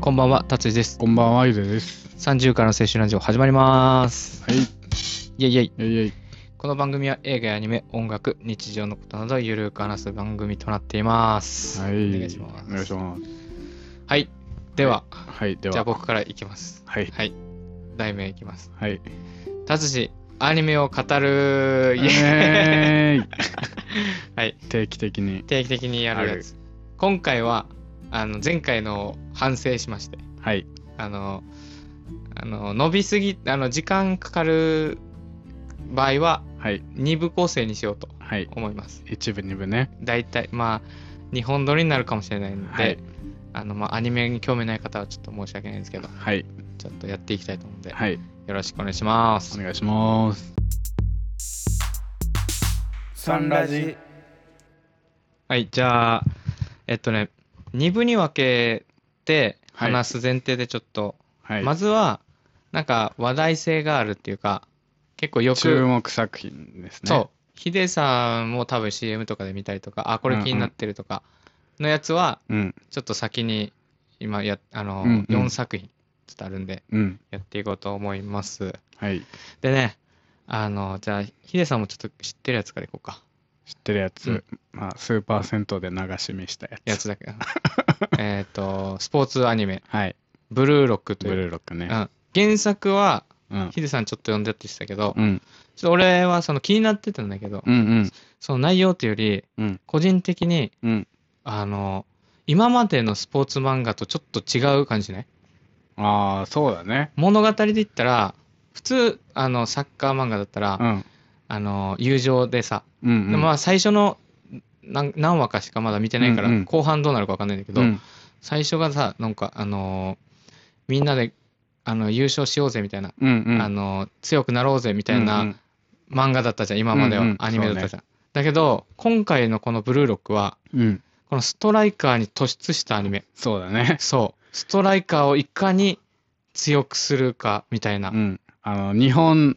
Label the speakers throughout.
Speaker 1: こんばんは、達也です。
Speaker 2: こんばんは、ゆでです。
Speaker 1: 30からの青春ラジオ始まります。
Speaker 2: はい。
Speaker 1: イェイイェイ。
Speaker 2: えいえい。
Speaker 1: この番組は映画やアニメ、音楽、日常のことなどゆるく話す番組となっています。
Speaker 2: はい。
Speaker 1: お願いします。
Speaker 2: お願いします。
Speaker 1: はい。では、
Speaker 2: はい。では。
Speaker 1: じゃあ僕からいきます。
Speaker 2: はい。
Speaker 1: はい。題名いきます。
Speaker 2: はい。
Speaker 1: 達治、アニメを語る。イェイ
Speaker 2: えーい。
Speaker 1: はい。
Speaker 2: 定期的に。
Speaker 1: 定期的にやるやつ。今回は、あの、前回の反省しまして。
Speaker 2: はい。
Speaker 1: あの、あの、伸びすぎ、あの、時間かかる場合は、
Speaker 2: はい。
Speaker 1: 2部構成にしようと
Speaker 2: はい。
Speaker 1: 思います。
Speaker 2: 一部、二部ね。
Speaker 1: 大体、まあ、2本撮りになるかもしれないんで、
Speaker 2: はい。
Speaker 1: あの、まあ、アニメに興味ない方はちょっと申し訳ないんですけど、
Speaker 2: はい。
Speaker 1: ちょっとやっていきたいと思うんで、
Speaker 2: はい。
Speaker 1: よろしくお願いします
Speaker 2: お。願いします。
Speaker 3: サンラジ
Speaker 1: はい、じゃあ、えっとね、2部に分けて
Speaker 2: はい
Speaker 1: 話す前提でちょっと、
Speaker 2: はい。
Speaker 1: まずは、なんか話題性があるっていうか、結構よく、
Speaker 2: 注目作品ですね。
Speaker 1: そう。ヒデさんも多分 CM とかで見たりとか、あ、これ気になってるとか、のやつは、
Speaker 2: う。うん。
Speaker 1: ちょっと先に、今や、あの、
Speaker 2: うんうん
Speaker 1: 4作品、ちょっとあるんで、
Speaker 2: うん。
Speaker 1: やっていこうと思います。
Speaker 2: はい。
Speaker 1: でね、あの、じゃあ、ヒデさんもちょっと知ってるやつからいこうか。
Speaker 2: 知ってるやつ。
Speaker 1: うん
Speaker 2: まあ、スーパー銭湯で流し見したやつ。
Speaker 1: やつだ けど。えっと、スポーツアニメ、
Speaker 2: はい。
Speaker 1: ブルーロックと
Speaker 2: ブ
Speaker 1: いう。
Speaker 2: ルーロックね。
Speaker 1: うん、原作は、
Speaker 2: うん。
Speaker 1: ヒデさんちょっと読んでって言ってたけど、
Speaker 2: うん。
Speaker 1: ちょっと俺はその気になってたんだけど、
Speaker 2: うん。うん。
Speaker 1: その内容というより、
Speaker 2: うん。
Speaker 1: 個人的に、
Speaker 2: うん。
Speaker 1: あの、今までのスポーツ漫画とちょっと違う感じね。
Speaker 2: ああ、そうだね。
Speaker 1: 物語で言ったら、普通、あの、サッカー漫画だったら、
Speaker 2: うん。
Speaker 1: あの、友情でさ、
Speaker 2: うん。
Speaker 1: でまあ最初の何何話かしかまだ見てないから、
Speaker 2: うんうん
Speaker 1: 後半どうなるかわかんないんだけ
Speaker 2: け
Speaker 1: ど、最初がさ、なんか、あの、みんなで、あの、優勝しようぜみたいな、
Speaker 2: うん。うん。
Speaker 1: あの、強くなろうぜみ
Speaker 2: み
Speaker 1: たいな、漫画だったじゃん、今までは、
Speaker 2: うんうん
Speaker 1: アニメだったじゃん。だけど、今回のこのブルーロックは、
Speaker 2: うん、
Speaker 1: このストライカーに突出したアニメ。
Speaker 2: そうだ ね。
Speaker 1: そう。ストライカーをいかに強くするか、みたいな。
Speaker 2: うん。あの、日本、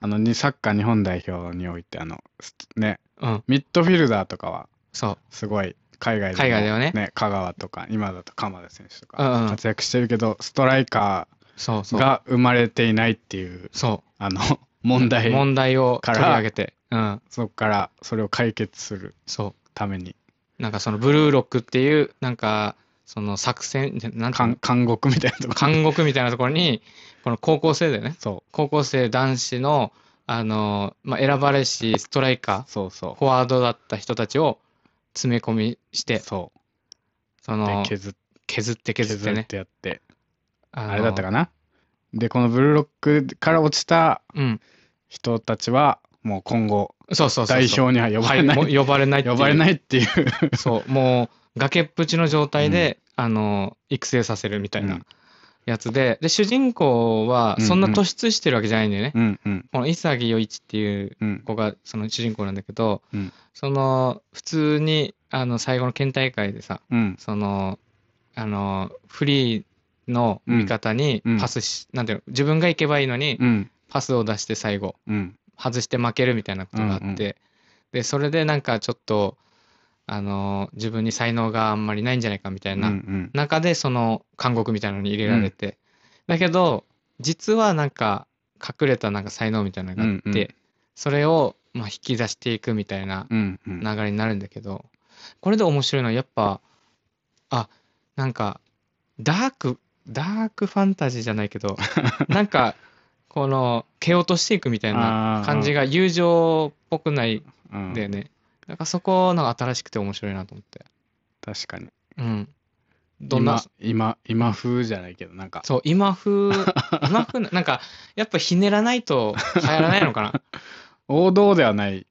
Speaker 2: あの、にサッカー日本代表において、あの、すね、
Speaker 1: うん。
Speaker 2: ミッドフィルダーとかは、
Speaker 1: そう。
Speaker 2: すごい、海外でも
Speaker 1: 海外ではね
Speaker 2: 香川とか、今だと鎌田選手と
Speaker 1: うんうん
Speaker 2: か、活躍してるけど、ストライカ
Speaker 1: そうそ
Speaker 2: ー
Speaker 1: う。
Speaker 2: が生まれていないっていう、
Speaker 1: そ
Speaker 2: あの、問
Speaker 1: う。
Speaker 2: 題、
Speaker 1: 問題を
Speaker 2: か
Speaker 1: 取
Speaker 2: ら
Speaker 1: り上げて。うん。
Speaker 2: そこから、それを解決する
Speaker 1: そ
Speaker 2: ために、
Speaker 1: う。なんかそのブルーロックっていう、なんか、その作戦、じゃなんていう
Speaker 2: 監
Speaker 1: の
Speaker 2: 監獄みたいなとこ。
Speaker 1: 監獄みたいなところに、この高校生だよね。
Speaker 2: そ
Speaker 1: 高校生男子の、あの、まあ、選ばれしストライカ
Speaker 2: う、そう
Speaker 1: ー、
Speaker 2: そ
Speaker 1: フォワードだった人たちを詰め込みし
Speaker 2: う。
Speaker 1: て、
Speaker 2: そ。
Speaker 1: そう
Speaker 2: で
Speaker 1: の、
Speaker 2: 削っ
Speaker 1: 削って削って
Speaker 2: 削っ
Speaker 1: ね。
Speaker 2: てやって、
Speaker 1: あの
Speaker 2: あれだったかな。で、このブルーロックから落ちた
Speaker 1: うん。
Speaker 2: 人たちは、もう今後、
Speaker 1: そうそうそうそう。
Speaker 2: 代表には呼ばれない。
Speaker 1: はい、もう呼ばれないっていう
Speaker 2: 呼ばれないっていう。
Speaker 1: そう、もう崖っぷちの状態で、あの、育成させるみたいなやつで、で、主人公は
Speaker 2: うんうん
Speaker 1: そんな突出してるわけじゃないんだよね。
Speaker 2: うんうん
Speaker 1: この潔与一っていう
Speaker 2: うん。
Speaker 1: 子がその主人公なんだけど、
Speaker 2: うん
Speaker 1: その、普通に、あの、最後の県大会でさ、
Speaker 2: うん。
Speaker 1: その、あの、フリーの味方に
Speaker 2: うんうん
Speaker 1: パスし、なんていうの、自分が行けばいいのに、
Speaker 2: うん。
Speaker 1: パスを出して最後、
Speaker 2: うん。
Speaker 1: 外して負けるみたいなことがあって、
Speaker 2: うんうん
Speaker 1: でそれでなんかちょっとあの自分に才能があんまりないんじゃないかみた
Speaker 2: う
Speaker 1: い
Speaker 2: ん
Speaker 1: な、
Speaker 2: うん。
Speaker 1: 中でその監獄みたいなのに入れられて、だけど実はなんか隠れたなんか才能みたいなのがあって、
Speaker 2: うんうん
Speaker 1: それをまあ引き出していくみたいな
Speaker 2: うんうん。
Speaker 1: 流れになるんだけどこれで面白いのはやっぱあなんかダークダークファンタジーじゃないけ どなんかこの蹴落としていくみたいな感じが友情っぽくない
Speaker 2: うん
Speaker 1: んだよね、なんかそこなんか新しくて面白いなと思って
Speaker 2: 確かに。
Speaker 1: うんどんな
Speaker 2: 今、今、今風じゃないけど、なんか、
Speaker 1: そう今 風今風ななんかやっぱひねらないと流行らないの か
Speaker 2: 王道ではない。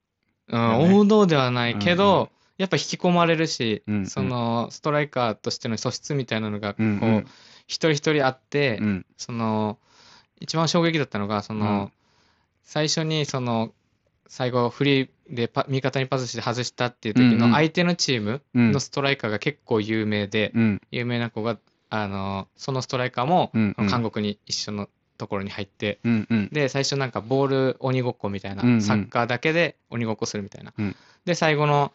Speaker 1: な、
Speaker 2: だ
Speaker 1: う
Speaker 2: よ
Speaker 1: ん、
Speaker 2: ね
Speaker 1: 王道ではないけど、
Speaker 2: うん
Speaker 1: やっぱ引き込まれるし、
Speaker 2: うんうん
Speaker 1: そのストライカーとしての素質みたいなのがこう、
Speaker 2: うんうん
Speaker 1: 一人一人あって、
Speaker 2: うん。
Speaker 1: その一番衝撃だったのがその、
Speaker 2: うん
Speaker 1: 最初にその最後フリーでパ味方にパスして外したっていう時
Speaker 2: うんう
Speaker 1: の
Speaker 2: ん
Speaker 1: 相手のチーム
Speaker 2: うん
Speaker 1: のストライカーが結構有名で、
Speaker 2: うん。
Speaker 1: 有名な子があのそのストライカーも、
Speaker 2: うんうん
Speaker 1: 韓国に一緒のところに入って
Speaker 2: うんうん。
Speaker 1: で最初なんかボール鬼ごっこみたいな、
Speaker 2: うんうん
Speaker 1: サッカーだけで鬼ごっこするみたいな、
Speaker 2: うん
Speaker 1: で最後の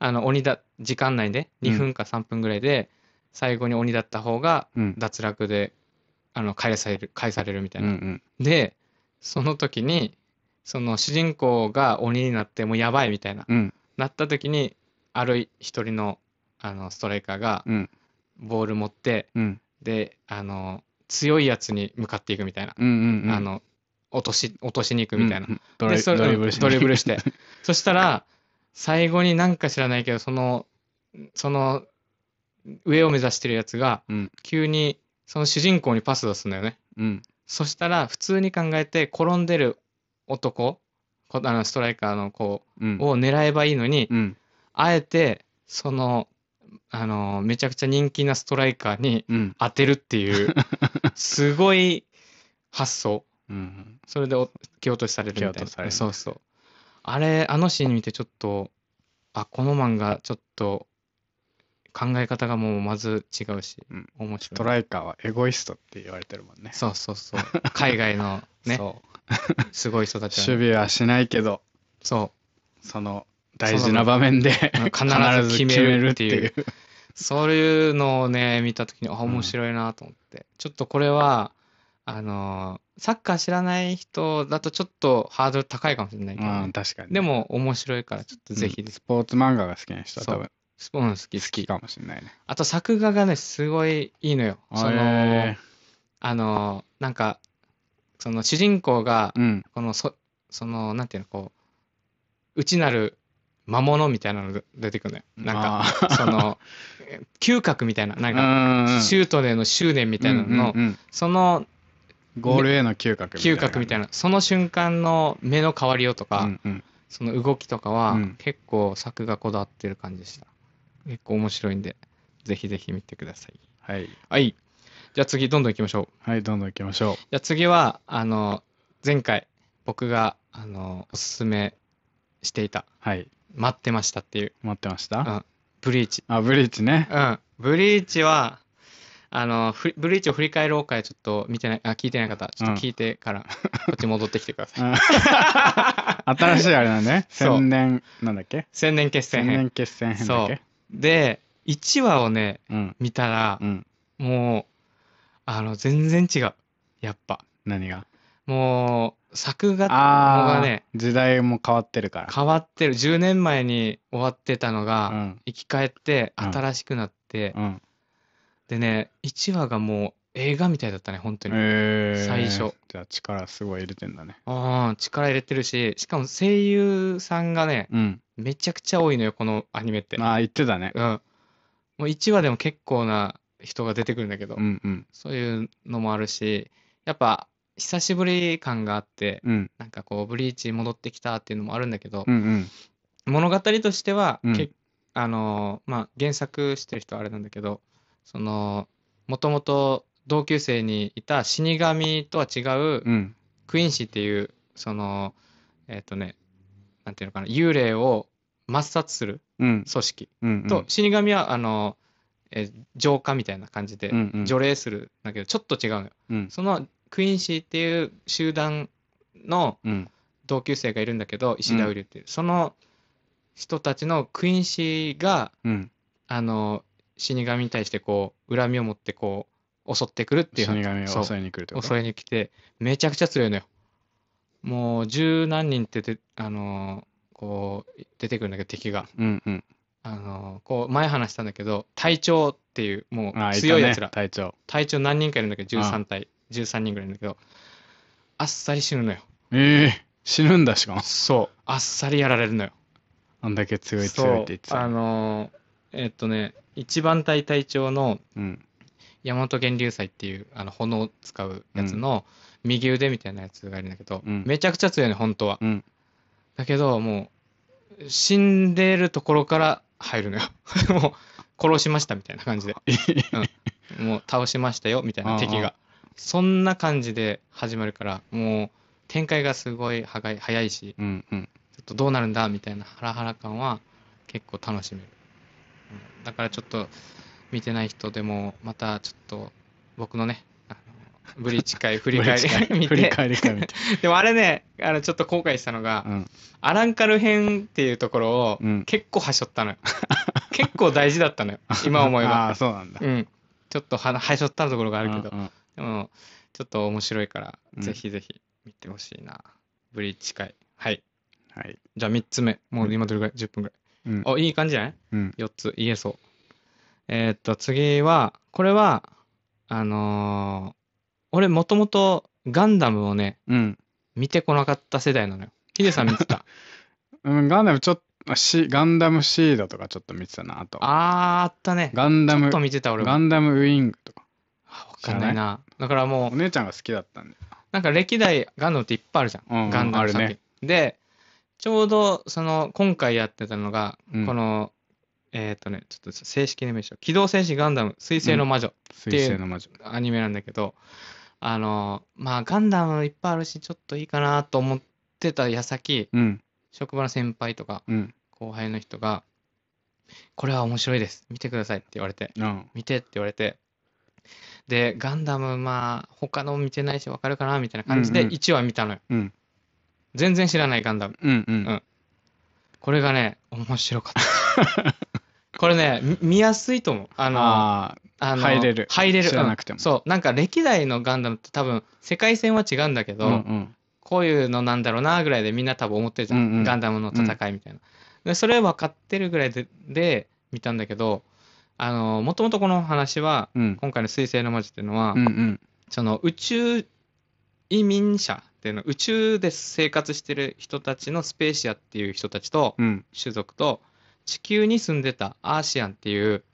Speaker 1: あの鬼だ時間内で2分か3分ぐらいで、最後に鬼だった方が
Speaker 2: うん。
Speaker 1: 脱落で、あの、返される、返されるみた
Speaker 2: う
Speaker 1: い
Speaker 2: ん
Speaker 1: な。
Speaker 2: うん。
Speaker 1: で、その時に、その主人公が鬼になってもうやばいみたいな、
Speaker 2: うん。
Speaker 1: なった時に、ある一人の、あの、ストライカーが
Speaker 2: うん。
Speaker 1: ボール持って、
Speaker 2: うん。
Speaker 1: で、あの、強いやつに向かっていくみたいな。
Speaker 2: うんうんうん。
Speaker 1: あの、落とし、落としに行くみたいな
Speaker 2: う。んうん。ド
Speaker 1: で
Speaker 2: リ
Speaker 1: それ
Speaker 2: ドリブルして。
Speaker 1: ドリブル して。そしたら、最後になんか知らないけど、その、その、上を目指してるやつが
Speaker 2: うん、
Speaker 1: 急に、その主人公にパス出すんだよね。
Speaker 2: うん。
Speaker 1: そしたら、普通に考えて、転んでる男、こあのストライカーの子
Speaker 2: うん。
Speaker 1: を狙えばいいのに、
Speaker 2: うん。
Speaker 1: あえて、その、あの、めちゃくちゃ人気なストライカーに
Speaker 2: うん。
Speaker 1: 当てるって いう、すごい発想。
Speaker 2: うん。
Speaker 1: それでお蹴落としされるみた
Speaker 2: 蹴
Speaker 1: い
Speaker 2: 落とされ
Speaker 1: な。
Speaker 2: る
Speaker 1: そうそう。あれ、あのシーン見てちょっと、あ、この漫画ちょっと考え方がもうまず違うし、
Speaker 2: うん
Speaker 1: 面
Speaker 2: スト
Speaker 1: 白い。
Speaker 2: ライカーはエゴイストって言われてるもんね。
Speaker 1: そうそうそう。海外のね、
Speaker 2: そう。
Speaker 1: すごい人たちはね、
Speaker 2: 守備はしないけど、
Speaker 1: そ
Speaker 2: その大事な場面で
Speaker 1: うん
Speaker 2: 必
Speaker 1: 必
Speaker 2: ず
Speaker 1: ず
Speaker 2: 決
Speaker 1: 決め
Speaker 2: め
Speaker 1: る
Speaker 2: る
Speaker 1: っ
Speaker 2: ってて
Speaker 1: いう
Speaker 2: いう。
Speaker 1: う。そういうのをね、見たときに、あ、面白いなと思って。ちょっとこれは、あのーサッカー知らない人だとちょっとハードル高いかもしれないけどね、
Speaker 2: うん、確かに。
Speaker 1: でも面白いから、ちょっとぜひ、
Speaker 2: うんスポーツ漫画が好きな人は
Speaker 1: そう
Speaker 2: 多分
Speaker 1: スポーン好き
Speaker 2: 好
Speaker 1: 好き
Speaker 2: き。かもしれないね。
Speaker 1: あと作画がね、すごいいいのよ。その
Speaker 2: へ、
Speaker 1: あの、なんか、その主人公が
Speaker 2: ー、うん。
Speaker 1: この、そ、その、なんていうの、こう、内なる魔物みたいなのが出てくるのよ。なんか、
Speaker 2: か
Speaker 1: その、え嗅覚みたいな、なんか、
Speaker 2: か
Speaker 1: シュートでの執念みたいなのの、
Speaker 2: うんうんうん
Speaker 1: その
Speaker 2: ゴールへの嗅覚みたい
Speaker 1: 嗅
Speaker 2: な感じ。
Speaker 1: 覚みたいな、その瞬間の目の変わりようとか、
Speaker 2: うんうん
Speaker 1: その動きとかは
Speaker 2: うん、
Speaker 1: 結構作画こだわってる感じでした。結構面白いんで、ぜひぜひ見てください。
Speaker 2: はい。
Speaker 1: はい。じゃあ次どんどん行きましょう。
Speaker 2: はい、どんどん行きましょ
Speaker 1: じゃあ次は、あの、前回僕が、あの、おすすめしていた、
Speaker 2: う。はい。
Speaker 1: 待ってましたっていう、
Speaker 2: 待ってまし
Speaker 1: うん
Speaker 2: た
Speaker 1: ブリーチ。
Speaker 2: あ、ブリーチね。
Speaker 1: うん。ブリーチは、あの、ふブリーチを振り返ろうかちょっと見てない、あ、聞いてない方、ちょっと聞いてから、 こっち戻ってきてください。
Speaker 2: 新しいあれなんね。
Speaker 1: そう
Speaker 2: 宣伝、なんだっけ
Speaker 1: 宣伝決戦
Speaker 2: 宣
Speaker 1: 編
Speaker 2: 伝。決戦編だっけ
Speaker 1: で、1話をね、
Speaker 2: うん。
Speaker 1: 見たら
Speaker 2: う、ん。
Speaker 1: もう、あの、全然違う。やっぱ。
Speaker 2: 何が
Speaker 1: もう、作画
Speaker 2: あ
Speaker 1: が
Speaker 2: あ
Speaker 1: ね、、
Speaker 2: 時代も変わってるから。
Speaker 1: 変わってる10年前に終わってたのが、
Speaker 2: うん。
Speaker 1: 生き返って
Speaker 2: うん
Speaker 1: 新しくなって、
Speaker 2: うん。
Speaker 1: でね1話がもう映画みたいだったね本当に、
Speaker 2: えー
Speaker 1: 最初。
Speaker 2: じゃあ力すごい入れてんだね。
Speaker 1: あー力入れてるししかも声優さんがね
Speaker 2: うん。
Speaker 1: めちゃくちゃ多いのよこのアニメって、
Speaker 2: ああ、言ってたね。
Speaker 1: うん、もう1話でも結構な人が出てくるんだけど、
Speaker 2: うんうん。
Speaker 1: そういうのもあるしやっぱ久しぶり感があって
Speaker 2: うん。
Speaker 1: なんかこうブリーチ戻ってきたっていうのもあるんだけど、
Speaker 2: うんうん。
Speaker 1: 物語としては、
Speaker 2: うん
Speaker 1: けあのーまあ、原作してる人はあれなんだけどそのもともと同級生にいた死神とは違う、
Speaker 2: うん。
Speaker 1: クイン氏っていうそのえっ、とねなんていうのかな幽霊を抹殺する
Speaker 2: うん。
Speaker 1: 組織
Speaker 2: うん。
Speaker 1: と、死神はあの、えー浄化みたいな感じで
Speaker 2: うんうん
Speaker 1: 除霊するんだけどちょっと違うのよ
Speaker 2: うん。
Speaker 1: そのクイン氏っていう集団の
Speaker 2: うん。
Speaker 1: 同級生がいるんだけど石田瓜生っていう、その人たちのクイン氏が
Speaker 2: うん。
Speaker 1: あの死神に対してこう恨みを持ってこう襲ってくるってい
Speaker 2: 死
Speaker 1: う
Speaker 2: 神
Speaker 1: そ
Speaker 2: を
Speaker 1: う
Speaker 2: 襲いに来るってこと
Speaker 1: 襲いに来てめちゃくちゃ強いのよもう十何人っててあのこう出てくるんだけど敵が
Speaker 2: うんうん。
Speaker 1: あのこう前話したんだけど隊長っていうも
Speaker 2: ああ、
Speaker 1: う強い
Speaker 2: たね
Speaker 1: やつら、
Speaker 2: 隊長。
Speaker 1: 隊長何人かいるんだけど13体13人ぐらいいるんだけどあっさり死ぬのよ
Speaker 2: ええ、死ぬんだしかも。
Speaker 1: そうあっさりやられるのよ
Speaker 2: あんだけ強い
Speaker 1: そう
Speaker 2: 強いって言ってた
Speaker 1: あ
Speaker 2: のに。
Speaker 1: のーえっとね一番隊隊長の
Speaker 2: うん。
Speaker 1: 大和源流祭っていうあの炎を使うやつの右腕みたいなやつがいるんだけど、
Speaker 2: うん
Speaker 1: めちゃくちゃ強いね本当は、
Speaker 2: うん
Speaker 1: だけどもう死んでるところから入るのよ もう殺しましたみたいな感 じでもう倒しましたよみたいな敵
Speaker 2: あ
Speaker 1: がそんな感じで始まるからもう展開がすごいはがい早いし、
Speaker 2: うんうん。
Speaker 1: ちょっとどうなるんだみたいなハラハラ感は結構楽しめる。うんだからちょっと見てない人でもまたちょっと僕のね、あのブリーチ会振り返
Speaker 2: ブリーチ
Speaker 1: り
Speaker 2: 会
Speaker 1: 見
Speaker 2: 振り
Speaker 1: て、
Speaker 2: 返りか みたい
Speaker 1: でもあれね、あのちょっと後悔したのが、
Speaker 2: な。うん。
Speaker 1: アランカル編っていうところを
Speaker 2: うん
Speaker 1: 結構はしょったのよ。 結構大事だったの よ。今思え
Speaker 2: ああー、
Speaker 1: ば。
Speaker 2: そうなんだ。
Speaker 1: うん。ちょっとは、はしょったところがあるけど
Speaker 2: う、んうん
Speaker 1: でも、ちょっと面白いから、
Speaker 2: うん
Speaker 1: ぜひぜひ見てほしいな。ブリーチ会。はい。
Speaker 2: はい。
Speaker 1: じゃあ3つ目。もう今どれぐらい ?10 分ぐら
Speaker 2: うん
Speaker 1: い。あ、いい感じじゃない
Speaker 2: うん。
Speaker 1: 4つ言えそう。えーっと、次は、これは、あのー俺もともとガンダムをね、
Speaker 2: うん。
Speaker 1: 見てこなかった世代なのよ。ヒデさん見て た。
Speaker 2: うんガンダムちょっと、シガンダムシードとかちょっと見てたな、あと。
Speaker 1: あー、あったね。
Speaker 2: ガンダ
Speaker 1: ちょ
Speaker 2: ム
Speaker 1: っと、見てた俺も。
Speaker 2: ガ
Speaker 1: あ
Speaker 2: ンダムウィングとか。
Speaker 1: わかんないな。だからも
Speaker 2: お
Speaker 1: う、
Speaker 2: 姉ちゃんが好きだったんで。
Speaker 1: なんか歴代ガンダムっていっぱいあるじゃ
Speaker 2: うんうん
Speaker 1: ん。ガンダム作
Speaker 2: ある
Speaker 1: 品。で、ちょうど、その、今回やってたのが、
Speaker 2: うん
Speaker 1: この、えーっとね、ちょっと正式な名称。機動戦士ガンダム、水星の魔女。
Speaker 2: 水星の魔女。
Speaker 1: アニメなんだけど、あの、まあ、ガンダムいっぱいあるし、ちょっといいかなと思ってた矢先、
Speaker 2: うん。
Speaker 1: 職場の先輩とか
Speaker 2: うん。
Speaker 1: 後輩の人が、これは面白いです。見てくださいって言われて、
Speaker 2: うん。
Speaker 1: 見てって言われて、で、ガンダム、まあ、他の見てないしわかるかなみたいな感じで
Speaker 2: うんうん
Speaker 1: 1話見たのよ。
Speaker 2: うん。
Speaker 1: 全然知らないガンダム。
Speaker 2: うん。うん。
Speaker 1: これがね、面白か った。これね、み見やすいと思う。あの、
Speaker 2: あ
Speaker 1: あの
Speaker 2: 入れる
Speaker 1: 入れる。
Speaker 2: 知らなくても
Speaker 1: うんそう。なんか歴代のガンダムって多分、世界線は違うんだけ
Speaker 2: あ。
Speaker 1: ど、
Speaker 2: うんうん。
Speaker 1: こういうのなんだろうなぐらいでみんな多分思ってるじゃん。
Speaker 2: うんうん
Speaker 1: ガンダムの戦いみたいな。でそれ分かってるぐらいでで見たんだけど、あの、もともとこの話は、
Speaker 2: うん。
Speaker 1: 今回の水星の魔女っていうのは、
Speaker 2: うんうん。
Speaker 1: その宇宙移民者っていうの、宇宙で生活してる人たちのスペーシアっていう人たちと、
Speaker 2: うん。
Speaker 1: 種族と、地球に住んでたアーシアンっていう、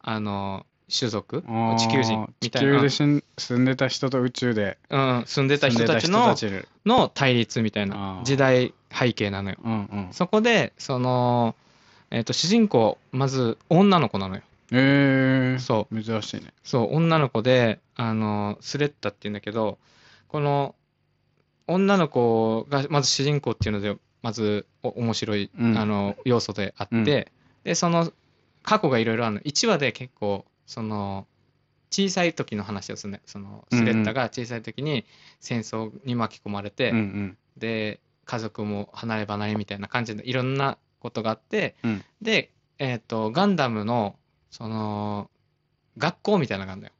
Speaker 1: あの、種族、
Speaker 2: あー
Speaker 1: 地球人み
Speaker 2: 地
Speaker 1: たいな、
Speaker 2: 球でしん住んでた人と宇宙で
Speaker 1: うん、住んでた
Speaker 2: 住
Speaker 1: 人
Speaker 2: んでた
Speaker 1: たち
Speaker 2: 人
Speaker 1: の
Speaker 2: たちの。
Speaker 1: の対立みたいな
Speaker 2: あー
Speaker 1: 時代背景なのよ。
Speaker 2: うんうん。
Speaker 1: そこで、その、えっ、と、主人公、まず女の子なのよ。
Speaker 2: ええ。。
Speaker 1: そう
Speaker 2: 珍しいね。
Speaker 1: そう、女の子で、あの、スレッタっていうんだけど、この、女の子が、まず主人公っていうので、まず、お面白い、
Speaker 2: うん
Speaker 1: あの、要素であって、
Speaker 2: うん
Speaker 1: で、その、過去がいろいろあるの。1話で結構、その、小さい時の話をするね。その、スレッタが小さい時に戦争に巻き込まれて、
Speaker 2: うんうん。
Speaker 1: で家族も離れ離れみたいな感じでいろんなことがあって、
Speaker 2: うん
Speaker 1: で、えー、とガンダムのその学校みたいなのがあるんだよ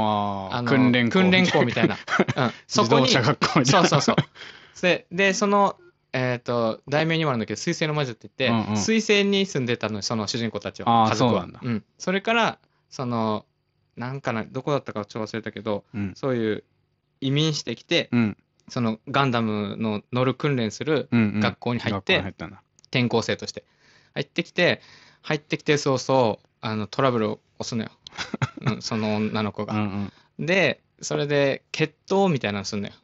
Speaker 2: ああ、
Speaker 1: あの
Speaker 2: 訓練校。
Speaker 1: 訓練校みたいな、 うん、そこに
Speaker 2: 自動車学校みた
Speaker 1: そ
Speaker 2: いうな。
Speaker 1: そうそうででその、えー、と題名にもあるんだけど「水星の魔女」って言って、
Speaker 2: うんうん
Speaker 1: 水星に住んでたのよその主人公たち
Speaker 2: あ
Speaker 1: は
Speaker 2: ー
Speaker 1: 家族は
Speaker 2: そうなんだ
Speaker 1: うん、それからそのなんかなどこだったかちょっと忘れたけど
Speaker 2: うん。
Speaker 1: そういう移民してきて、
Speaker 2: うん。
Speaker 1: そのガンダムの乗る訓練する
Speaker 2: うんうん。
Speaker 1: 学校に入っ
Speaker 2: 学校
Speaker 1: て、
Speaker 2: に入ったんだ。
Speaker 1: 転校生として入ってきて入ってきて早々あのトラブルを起こす のよ、うん、その女の子
Speaker 2: う
Speaker 1: が、
Speaker 2: んうん。
Speaker 1: でそれで決闘みたいなのすんのよ、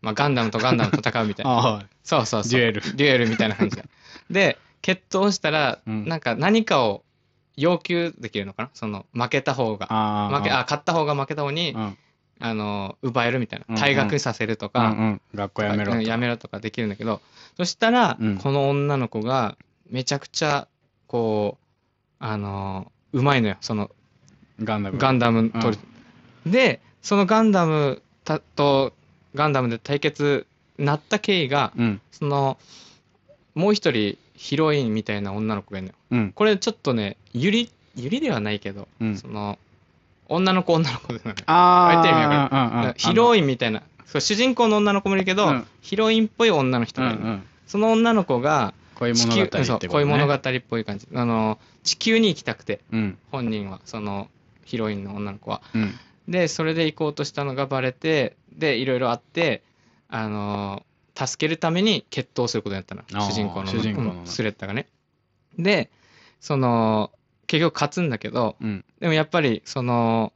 Speaker 1: まあ、ガンダムとガンダム戦うみたいな
Speaker 2: あ
Speaker 1: そうそう
Speaker 2: あ、
Speaker 1: そう
Speaker 2: デュエル。
Speaker 1: デュエルみたいな感 じでで決闘したら、
Speaker 2: うん
Speaker 1: なんか何かを要求できるのかなその負けた方が
Speaker 2: ああ。
Speaker 1: 負けあ勝った方が負けた方に、
Speaker 2: うん
Speaker 1: あの奪えるみたい
Speaker 2: うん
Speaker 1: な
Speaker 2: うん
Speaker 1: 退学させると
Speaker 2: う
Speaker 1: か、
Speaker 2: んうん。学校やめろ
Speaker 1: うん
Speaker 2: と。
Speaker 1: やめろとかできるんだけどそしたら、
Speaker 2: うん
Speaker 1: この女の子がめちゃくちゃこうあのーうまいのよその
Speaker 2: ガンダム。
Speaker 1: ガンダム
Speaker 2: うん
Speaker 1: とり、でそのガンダムたとガンダムで対決なった経緯が
Speaker 2: うん。
Speaker 1: そのもう一人ヒロインみたいな女の子がいるのよ
Speaker 2: うん。
Speaker 1: これちょっとねゆりゆりではないけど、
Speaker 2: うん
Speaker 1: その女の子女の子でなのよ
Speaker 2: あ
Speaker 1: こうやって意味わ
Speaker 2: あ、うんうん。
Speaker 1: ヒロインみたいなそう主人公の女の子もいるけど、
Speaker 2: うん
Speaker 1: ヒロインっぽい女の人
Speaker 2: うん
Speaker 1: が
Speaker 2: う
Speaker 1: いるの、
Speaker 2: ん。
Speaker 1: その女の子が
Speaker 2: 恋
Speaker 1: 地
Speaker 2: 物
Speaker 1: 球
Speaker 2: 語ってこと
Speaker 1: そう
Speaker 2: ね。
Speaker 1: 恋物語っぽい感じあの地球に行きたくて
Speaker 2: うん。
Speaker 1: 本人はそのヒロインの女の子は
Speaker 2: うん。
Speaker 1: でそれで行こうとしたのがバレてでいろいろあってあの助けるために決闘することになったの
Speaker 2: あー
Speaker 1: 主人公の
Speaker 2: 主人公の
Speaker 1: うんスレッタがねでその結局勝つんだけど
Speaker 2: うん。
Speaker 1: でもやっぱりその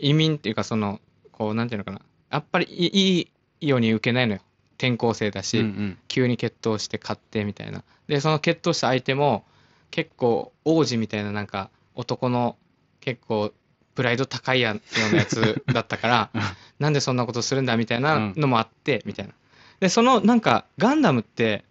Speaker 1: 移民っていうかそのこうなんていうのかなやっぱりいいいいように受けないのよ転校生だし、
Speaker 2: うん
Speaker 1: 急に決闘して勝ってみたいなでその決闘した相手も結構王子みたいななんか男の結構プライド高いやようなやつだったから
Speaker 2: うん
Speaker 1: なんでそんなことするんだみたいなのもあって、みたいなでそのなんかガンダムって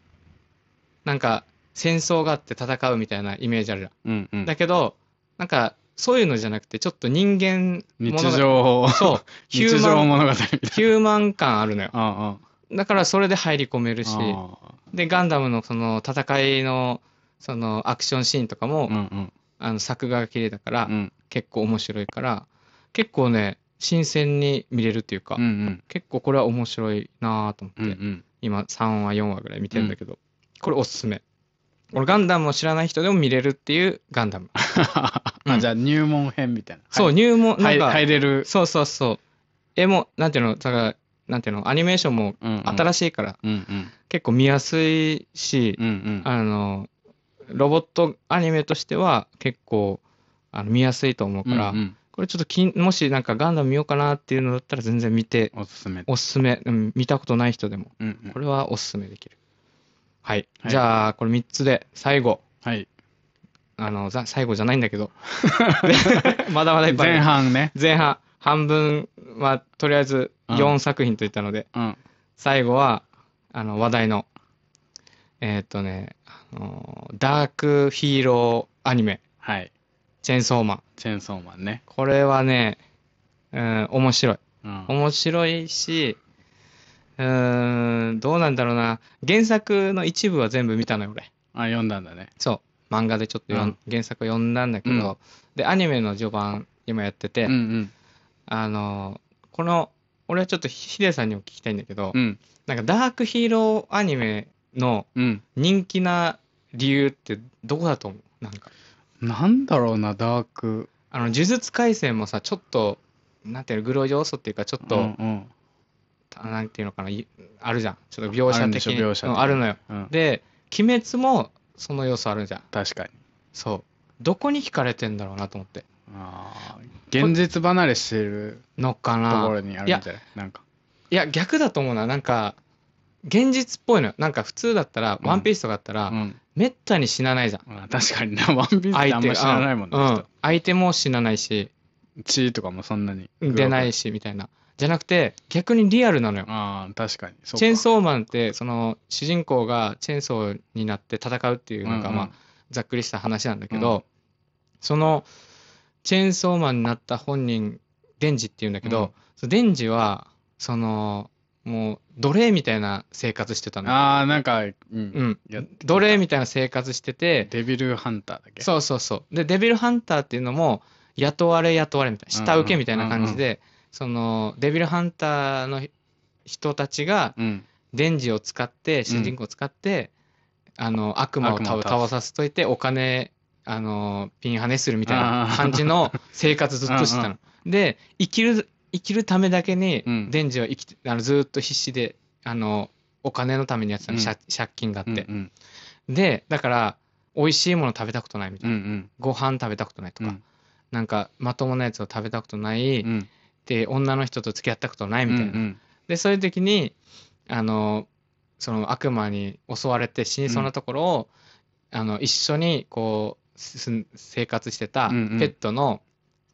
Speaker 1: なんか戦争があって戦うみたいなイメージあるじゃん、
Speaker 2: うんうん。
Speaker 1: だけどなんかそういうのじゃなくてちょっと人間
Speaker 2: 日
Speaker 1: 物語
Speaker 2: 常を、
Speaker 1: そうヒュ
Speaker 2: 日
Speaker 1: ーマ
Speaker 2: 常
Speaker 1: ン
Speaker 2: 物語みたい
Speaker 1: ヒューマン感あるのよ
Speaker 2: な。ああ、
Speaker 1: だからそれで入り込めるし
Speaker 2: ああ。
Speaker 1: で、ガンダムのその戦いのそのアクションシーンとかも、
Speaker 2: うんうん
Speaker 1: あの作画が綺麗だから、
Speaker 2: うん
Speaker 1: 結構面白いから結構ね新鮮に見れるというか、
Speaker 2: うんうん
Speaker 1: 結構これは面白いなぁと思って、
Speaker 2: うんうん
Speaker 1: 今3話4話ぐらい見てるんだけど、これおすすめ俺ガンダムを知らない人でも見れるっていうガンダム、うん
Speaker 2: あじゃあ入門編みたいな
Speaker 1: そう
Speaker 2: 入
Speaker 1: 入門なん
Speaker 2: 入
Speaker 1: か、
Speaker 2: 入れる
Speaker 1: そうそうそう絵もなんていうのだからなんていうのアニメーションも新
Speaker 2: しい
Speaker 1: しいから
Speaker 2: うんうん
Speaker 1: 結構見やすいし、
Speaker 2: うんうん
Speaker 1: あのロボットアニメとしては結構あの見やすいと思うから、
Speaker 2: うんうん
Speaker 1: これちょっときんもしなんかガンダム見ようかなっていうのだったら全然見て
Speaker 2: おすすめ
Speaker 1: おすすめ、うん、見たことない人でも
Speaker 2: うんうん
Speaker 1: これはおすすめできるはい、
Speaker 2: はい
Speaker 1: じゃあこれ3つで最後
Speaker 2: はい
Speaker 1: あのざ最後じゃないんだ けどまだまだいっぱいあ
Speaker 2: 前
Speaker 1: る
Speaker 2: 半ね
Speaker 1: 前半半分はとりあえず
Speaker 2: う
Speaker 1: 4
Speaker 2: ん
Speaker 1: 作品といったので、
Speaker 2: うん
Speaker 1: 最後はあの話題のえーっとね、あのダークヒーローアニメ
Speaker 2: はい
Speaker 1: 「チェーンソーマン
Speaker 2: チェーンソーマンね」
Speaker 1: これはね、うん、面白い
Speaker 2: うん
Speaker 1: 面白いし、うーん、どうなんだろうな。原作の一部は全部見たのよ、俺。
Speaker 2: あ読んだんだね
Speaker 1: そう。漫画でちょっと読ん原作を読んだんだけど、
Speaker 2: うん
Speaker 1: で、アニメの序盤、今やってて、
Speaker 2: うんうん
Speaker 1: あのー、この、俺はちょっとヒデさんにも聞きたいんだけど、
Speaker 2: うん
Speaker 1: なんかダークヒーローアニメの
Speaker 2: うん
Speaker 1: 人気な理由ってどこだと思うなんか。
Speaker 2: なんだろうなダーク
Speaker 1: あの、呪術廻戦もさ、ちょっと、なんていうの、グロ要素っていうか、ちょっと、
Speaker 2: うんうん
Speaker 1: なんていうのかな、いあるじゃん。ちょっと描
Speaker 2: ある
Speaker 1: 写
Speaker 2: んで
Speaker 1: 的
Speaker 2: しょ
Speaker 1: に。
Speaker 2: 描写的に
Speaker 1: うんあるのよ。
Speaker 2: うん
Speaker 1: で、鬼滅もその要素あるじゃん。
Speaker 2: 確かに
Speaker 1: そう。どこに惹かれてんだろうなと思って。
Speaker 2: あー現実離れしてる
Speaker 1: のか
Speaker 2: とこ
Speaker 1: な
Speaker 2: ろ。にあるんじゃないなんか
Speaker 1: いや、逆だと思うな。なんか、現実っぽいのよ。なんか普通だったら、
Speaker 2: うん
Speaker 1: ワンピースとかだったら、
Speaker 2: うん
Speaker 1: めったに死なないじゃん。
Speaker 2: あ確かになワンピースってあ
Speaker 1: 相
Speaker 2: ん
Speaker 1: 手
Speaker 2: ま知らないもん
Speaker 1: う
Speaker 2: ね
Speaker 1: ん。相手も死なないし、
Speaker 2: 血とかもそんなに
Speaker 1: 出ないいし、みたいな。じゃなくて、逆にリアルなのよ。
Speaker 2: ああ確かにそうか
Speaker 1: チェーンソーマンって、その、主人公がチェーンソーになって戦うっていう、なんか
Speaker 2: う
Speaker 1: まあ
Speaker 2: う、
Speaker 1: ざっくりした話なんだけど、
Speaker 2: うん
Speaker 1: そのチェーンソーマンになった本人デンジっていうんだけど、そのデンジはそのもう奴隷みたいな生活してたの、
Speaker 2: ああなんか、うん
Speaker 1: うん、
Speaker 2: やって
Speaker 1: 奴隷みたいな生活してて
Speaker 2: デビルハンターだっけ
Speaker 1: そうそうそうでデビルハンターっていうのも雇われ雇われみたいな下請けみたいな感じで、そのデビルハンターの人たちが
Speaker 2: うん
Speaker 1: デンジを使って主人公を使って、あの悪魔を
Speaker 2: 悪
Speaker 1: 倒
Speaker 2: 魔を倒す
Speaker 1: 倒させといてお金あのピンハネするみたいな感じの生活ずっとしてたの。で生きる生きるためだけに、
Speaker 2: うん
Speaker 1: デンジは生きてあのずっと必死であのお金のためにやってたの、
Speaker 2: うん
Speaker 1: 借借金があ
Speaker 2: う
Speaker 1: っ
Speaker 2: ん
Speaker 1: て
Speaker 2: う。ん
Speaker 1: でだから美味しいもの食べたことないみた
Speaker 2: う
Speaker 1: いな、
Speaker 2: ん
Speaker 1: ご飯食べたことないと
Speaker 2: う
Speaker 1: か、
Speaker 2: ん
Speaker 1: なんかまともなやつを食べたことない、
Speaker 2: うん
Speaker 1: で女の人と付き合ったことない
Speaker 2: うん
Speaker 1: みたいな。
Speaker 2: うん
Speaker 1: でそういう時にあのその悪魔に襲われて死にそうなところを、あの一緒にこうすん生活してた
Speaker 2: う
Speaker 1: ペ
Speaker 2: んうん
Speaker 1: ットの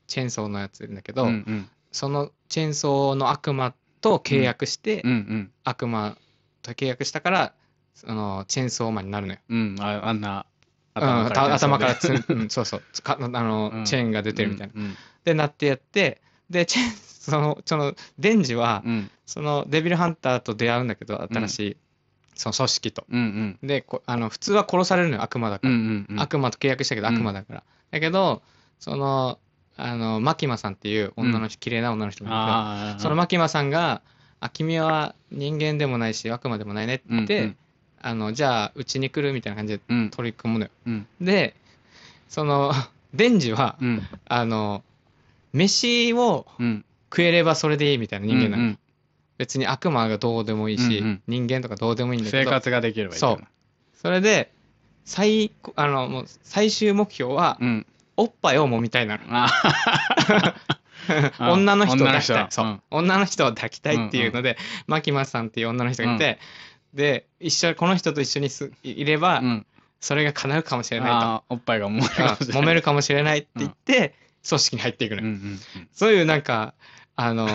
Speaker 1: チェーンソーのやついるんだけど、
Speaker 2: うんうん
Speaker 1: そのチェーンソーの悪魔と契約して、
Speaker 2: うんうん
Speaker 1: 悪魔と契約したからそのチェーンソーマンになるのよ。
Speaker 2: うんああんな
Speaker 1: うんた頭からつ
Speaker 2: 出
Speaker 1: ん、うん、そうそうつかあの、
Speaker 2: うん
Speaker 1: チェーンが出てるみたいな。
Speaker 2: なうん
Speaker 1: でなってやってでチェーン そのそのデンジは、
Speaker 2: うん
Speaker 1: そのデビルハンターと出会うんだけど新しい、その組織と
Speaker 2: うんうん
Speaker 1: でこあの普通は殺されるのよ悪魔だか
Speaker 2: うんう
Speaker 1: ら、
Speaker 2: んうん
Speaker 1: 悪魔と契約したけど
Speaker 2: うん
Speaker 1: 悪魔だから、だけどそのあのマキマさんっていう女の人、綺麗な女の人がい
Speaker 2: あ
Speaker 1: る
Speaker 2: あ
Speaker 1: そのマキマさんが「あ君は人間でもないし悪魔でもないね」って、
Speaker 2: うんうん
Speaker 1: あのじゃあうちに来るみたいな感じで
Speaker 2: うん
Speaker 1: 取り組むのよ
Speaker 2: うん
Speaker 1: でその デンジは、
Speaker 2: うん
Speaker 1: あの飯を
Speaker 2: うん
Speaker 1: 食えればそれでいいみたいな人間なの、
Speaker 2: うん
Speaker 1: 別に悪魔がどうでもいいし、
Speaker 2: うんうん
Speaker 1: 人間とかどうでもいい
Speaker 2: うんん
Speaker 1: だけ
Speaker 2: 生
Speaker 1: ど
Speaker 2: 活ができればいいから
Speaker 1: そうそれで最あのもう最終目標は、
Speaker 2: うん
Speaker 1: おっぱいを揉みたいなの
Speaker 2: あー
Speaker 1: 女の人を抱
Speaker 2: 女の
Speaker 1: き
Speaker 2: 人
Speaker 1: たいそう、
Speaker 2: うん
Speaker 1: 女の人を抱きたいっていうので、マキマさんっていう女の人がいて、で一緒この人と一緒にすいいれば、
Speaker 2: うん
Speaker 1: それが叶うかもしれないと、
Speaker 2: あーおっぱいが重いかもし
Speaker 1: うん
Speaker 2: れない
Speaker 1: 揉めるかもしれないって言って、組織に入っていくの
Speaker 2: う
Speaker 1: よ、
Speaker 2: んうんうん
Speaker 1: そういうなんかあ の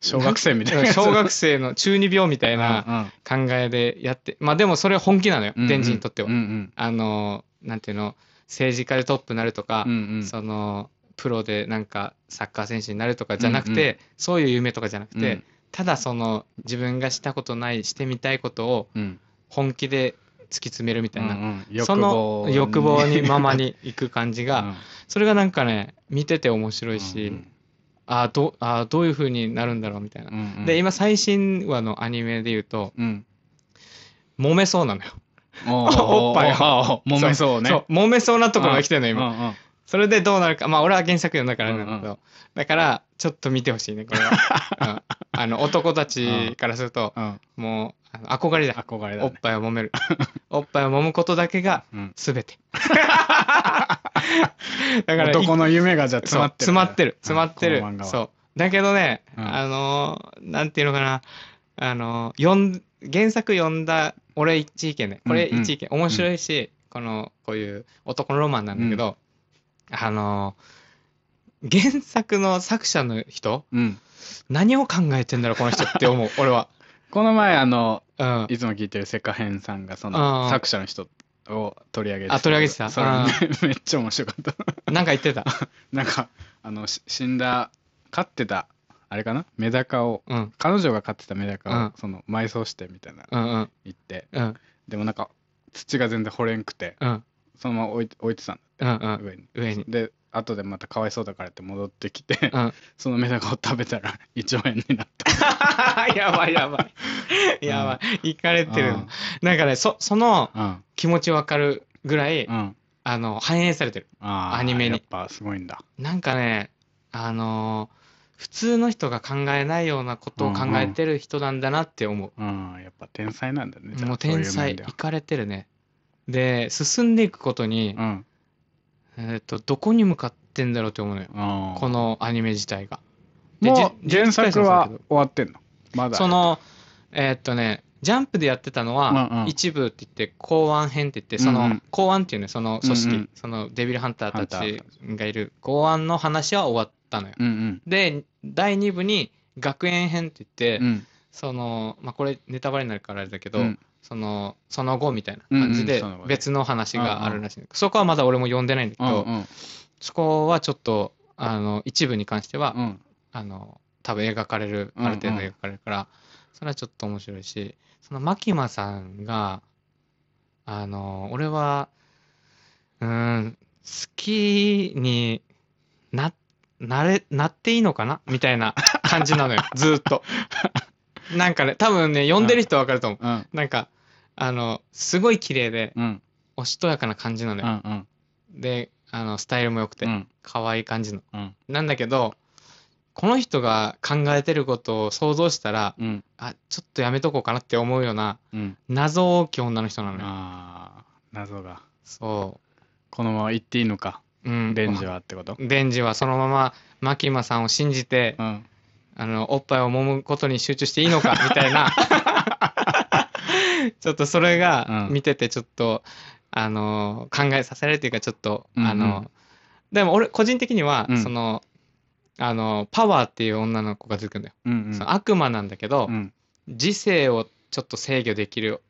Speaker 2: 小学生みたいな
Speaker 1: 小学
Speaker 2: 生
Speaker 1: 生の中二病みたい
Speaker 2: み
Speaker 1: な考えでやってまあでもそれは本気なのよ、電人にとっては、
Speaker 2: うんうん
Speaker 1: あのなんていうの政治家でトップになるとか、
Speaker 2: うんうん
Speaker 1: そのプロでなんかサッカー選手になるとかじゃなくて、
Speaker 2: うんう
Speaker 1: そういう夢とかじゃなくて、
Speaker 2: うん
Speaker 1: ただその自分がしたことないしてみたいことを
Speaker 2: うん
Speaker 1: 本気で突き詰めるみたいな、
Speaker 2: うんうん
Speaker 1: その欲望にまま
Speaker 2: に
Speaker 1: に行く感じ
Speaker 2: う
Speaker 1: が、
Speaker 2: ん
Speaker 1: それがなんかね見てて面白いし、
Speaker 2: うん
Speaker 1: ああどうあーどういう風になるんだろうみたいな
Speaker 2: う、んうん
Speaker 1: で今最新話のアニメで言うと
Speaker 2: うん
Speaker 1: 揉めそうなのよ
Speaker 2: お
Speaker 1: おっぱい
Speaker 2: は 揉めそうね
Speaker 1: そう揉めそうなところが来てるの今、
Speaker 2: うんうん
Speaker 1: それでどうなるかまあ俺は原作読んだからあれなんだけど、だからちょっと見てほしいねこ れは、うんあの男たちからすると
Speaker 2: うん
Speaker 1: もうあの憧れだ
Speaker 2: 憧れだ
Speaker 1: おっ
Speaker 2: ね
Speaker 1: ぱいを揉 めるおっぱいを揉むことだけが
Speaker 2: うん
Speaker 1: 全 てだからい
Speaker 2: 男の夢がじゃあ
Speaker 1: そ
Speaker 2: 詰
Speaker 1: う
Speaker 2: まってる
Speaker 1: 詰まってる詰まってる、
Speaker 2: この漫画は
Speaker 1: そうだけどね、
Speaker 2: うん
Speaker 1: あのーなんていうのかなあのー読ん原作読んだ俺一意見ねこれ一意見、面白いし、このこういう男のロマンなんだけど、あのー原作の作者の人
Speaker 2: うん
Speaker 1: 何を考えてんだろうこの人って 思う俺は、
Speaker 2: この前あの
Speaker 1: うん、あ
Speaker 2: いつも聞いてるセカヘンさんがそ
Speaker 1: あ
Speaker 2: の
Speaker 1: ー
Speaker 2: 作者の人を取り上げて
Speaker 1: あ取り上げてた
Speaker 2: それ
Speaker 1: あ
Speaker 2: めっちゃ面白かった
Speaker 1: なんか言ってた、
Speaker 2: なんかあのし死んだ飼ってたあれかなメダカを
Speaker 1: うん、
Speaker 2: 彼女が飼ってたメダカを、
Speaker 1: うん
Speaker 2: その埋葬してみたいな
Speaker 1: うんうん
Speaker 2: 言って
Speaker 1: うん
Speaker 2: でもなんか土が全然掘れんくて
Speaker 1: うん
Speaker 2: そのまま置いて置いてたん
Speaker 1: うんうん
Speaker 2: 上に
Speaker 1: 上に
Speaker 2: で後でまたかわいそうだからって戻ってきて、
Speaker 1: うん
Speaker 2: そのメダカを食べたら 胃腸炎になった
Speaker 1: やばいやばいやばい行かれてる
Speaker 2: うん
Speaker 1: なんかねそその
Speaker 2: うん
Speaker 1: 気持ちわかるぐらい、
Speaker 2: うん
Speaker 1: あの反映されてる
Speaker 2: あー
Speaker 1: アニメに
Speaker 2: やっぱすごいんだ
Speaker 1: なんかねあのー普通の人が考えないようなことを考えてる人なんだなって思う、
Speaker 2: うんやっぱ天才なんだねじゃあ
Speaker 1: もう天
Speaker 2: そうい
Speaker 1: 才
Speaker 2: う面では
Speaker 1: 行かれてるねで進んでいくことに
Speaker 2: う、ん
Speaker 1: えー、とどこに向かってんだろうって思うのよ
Speaker 2: あー
Speaker 1: このアニメ自体がで
Speaker 2: もう
Speaker 1: じ
Speaker 2: 原作
Speaker 1: 呪術廻戦もそ
Speaker 2: は
Speaker 1: うだ
Speaker 2: 終わってんのま
Speaker 1: け
Speaker 2: だ
Speaker 1: どそのえーっとねジャンプでやってたのは、
Speaker 2: うんうん
Speaker 1: 一部って言って公安編って言ってその、
Speaker 2: うんうん
Speaker 1: 公安っていうねその組織、
Speaker 2: うんうん
Speaker 1: そのデビルハンターた
Speaker 2: ハン
Speaker 1: ちがいる公安の話は終わったのよ
Speaker 2: うん
Speaker 1: で第2部に学園編って言っ
Speaker 2: うん
Speaker 1: て、
Speaker 2: うん
Speaker 1: その、まあ、これネタバレになるからあれだけど、
Speaker 2: うん
Speaker 1: そのその後みたいな感じ
Speaker 2: うんう
Speaker 1: で
Speaker 2: んその後ね
Speaker 1: 別の話があるらしい、そこはまだ俺も読んでないんだけ
Speaker 2: う
Speaker 1: ど、
Speaker 2: んうん
Speaker 1: そこはちょっとあの一部に関しては、
Speaker 2: うん
Speaker 1: あの多分描かれる
Speaker 2: うん
Speaker 1: ある程度描かれるから、それはちょっと面白いしその牧間さんがあの俺はうーん好きにななれなっていいのかなみたいな感じ なのよずーっと。なんかね多分ね呼んでる人はわかると思う、
Speaker 2: うん
Speaker 1: なんかあのすごい綺麗で
Speaker 2: うん
Speaker 1: おしとやかな感じなの
Speaker 2: う
Speaker 1: よ、
Speaker 2: んうん
Speaker 1: であのスタイルも良くて、
Speaker 2: うん
Speaker 1: 可愛い感じの
Speaker 2: うん
Speaker 1: なんだけど、この人が考えてることを想像したら、
Speaker 2: うん
Speaker 1: あ、ちょっとやめとこうかなって思うような、
Speaker 2: うん
Speaker 1: 謎多き女の人なのよ。
Speaker 2: あー謎が
Speaker 1: そ
Speaker 2: このまま言っていいのか
Speaker 1: う。うん。
Speaker 2: レンジ。はってこと
Speaker 1: デンジはそのまま、マキマさんを信じて、
Speaker 2: うん
Speaker 1: あの、おっぱいを揉むことに集中していい のか、みたいな。ちょっとそれが
Speaker 2: う、ん
Speaker 1: 見てて、ちょっと、あの、考えさせられるというか、ちょっと、あの、
Speaker 2: うんうん
Speaker 1: でも俺、個人的には、
Speaker 2: うん
Speaker 1: その、あの、パワーっていう女の子が出てくるんだよ。
Speaker 2: うん
Speaker 1: その悪魔なんだけど、
Speaker 2: うん
Speaker 1: 時世をちょっと制御できる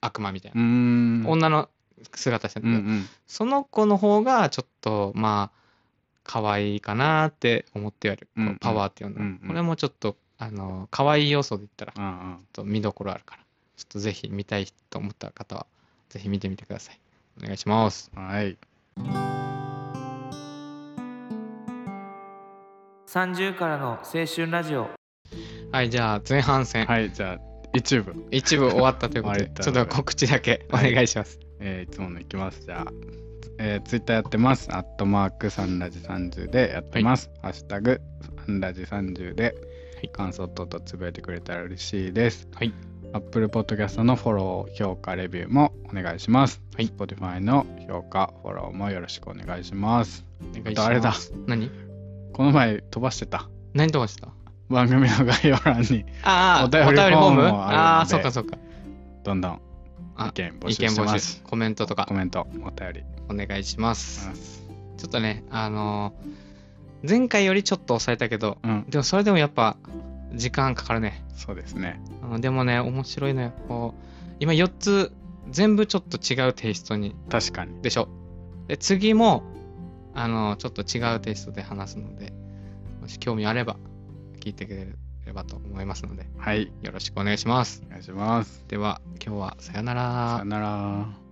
Speaker 1: 悪魔みたいうな、
Speaker 2: ん
Speaker 1: 女の姿してるん
Speaker 2: う
Speaker 1: だ
Speaker 2: んう
Speaker 1: けど、
Speaker 2: ん
Speaker 1: その子の方がちょっとまあ可愛いかなって思ってやる、
Speaker 2: うん
Speaker 1: このパワーっていうのは、
Speaker 2: うんうん
Speaker 1: これもちょっとあの可愛い要素で言ったらちょっ
Speaker 2: うんうん
Speaker 1: と見どころあるからちょっとぜひ見たいと思った方はぜひ見てみてくださいお願いします
Speaker 2: はい
Speaker 3: 30からの青春ラジオ
Speaker 1: はいじゃあ前半戦、
Speaker 2: はいじゃあ一部
Speaker 1: 一部終わったということ
Speaker 2: 終
Speaker 1: で
Speaker 2: わった
Speaker 1: ちょっと告知だけお願いします、
Speaker 2: えーいつものいきますじゃあえー、ツイッターやってます。アットマークサンラジ30でやってます。ハッシュタグサンラジ30で
Speaker 1: はい
Speaker 2: 感想等々つぶやいてくれたら嬉しいです。
Speaker 1: はい。
Speaker 2: Apple Podcast のフォロー、評価、レビューもお願いします。
Speaker 1: はい
Speaker 2: Spotify の評価、フォローもよろしくお願いします。
Speaker 1: お願いし
Speaker 2: あれだ
Speaker 1: ます何
Speaker 2: この前飛ばしてた
Speaker 1: 何飛ばした
Speaker 2: 番組の概要欄に
Speaker 1: ああ、
Speaker 2: お便り
Speaker 1: お便りフォーム
Speaker 2: フォームもあるので
Speaker 1: ああ、そっかそっか。
Speaker 2: どんどん
Speaker 1: あ
Speaker 2: 意見募
Speaker 1: 意
Speaker 2: 集
Speaker 1: 見
Speaker 2: して
Speaker 1: 募集
Speaker 2: ます。、
Speaker 1: コメントとか
Speaker 2: コメント、お便り
Speaker 1: お願いしま
Speaker 2: し
Speaker 1: す
Speaker 2: ま。す。
Speaker 1: ちょっとね、あのー前回よりちょっと抑えたけど、
Speaker 2: うん、
Speaker 1: でもそれでもやっぱ時間かかるね。
Speaker 2: そうですね。
Speaker 1: あのでもね、面白いのよ。こう、今4つ全部ちょっと違うテイストに、
Speaker 2: 確かに。
Speaker 1: でしょ。で、次も、あのーちょっと違うテイストで話すので、もし興味あれば聞いてくれればと思いますので、
Speaker 2: はい、
Speaker 1: よろしくお願いします。
Speaker 2: お願いします。
Speaker 1: では、今日はさよな
Speaker 2: さよなら。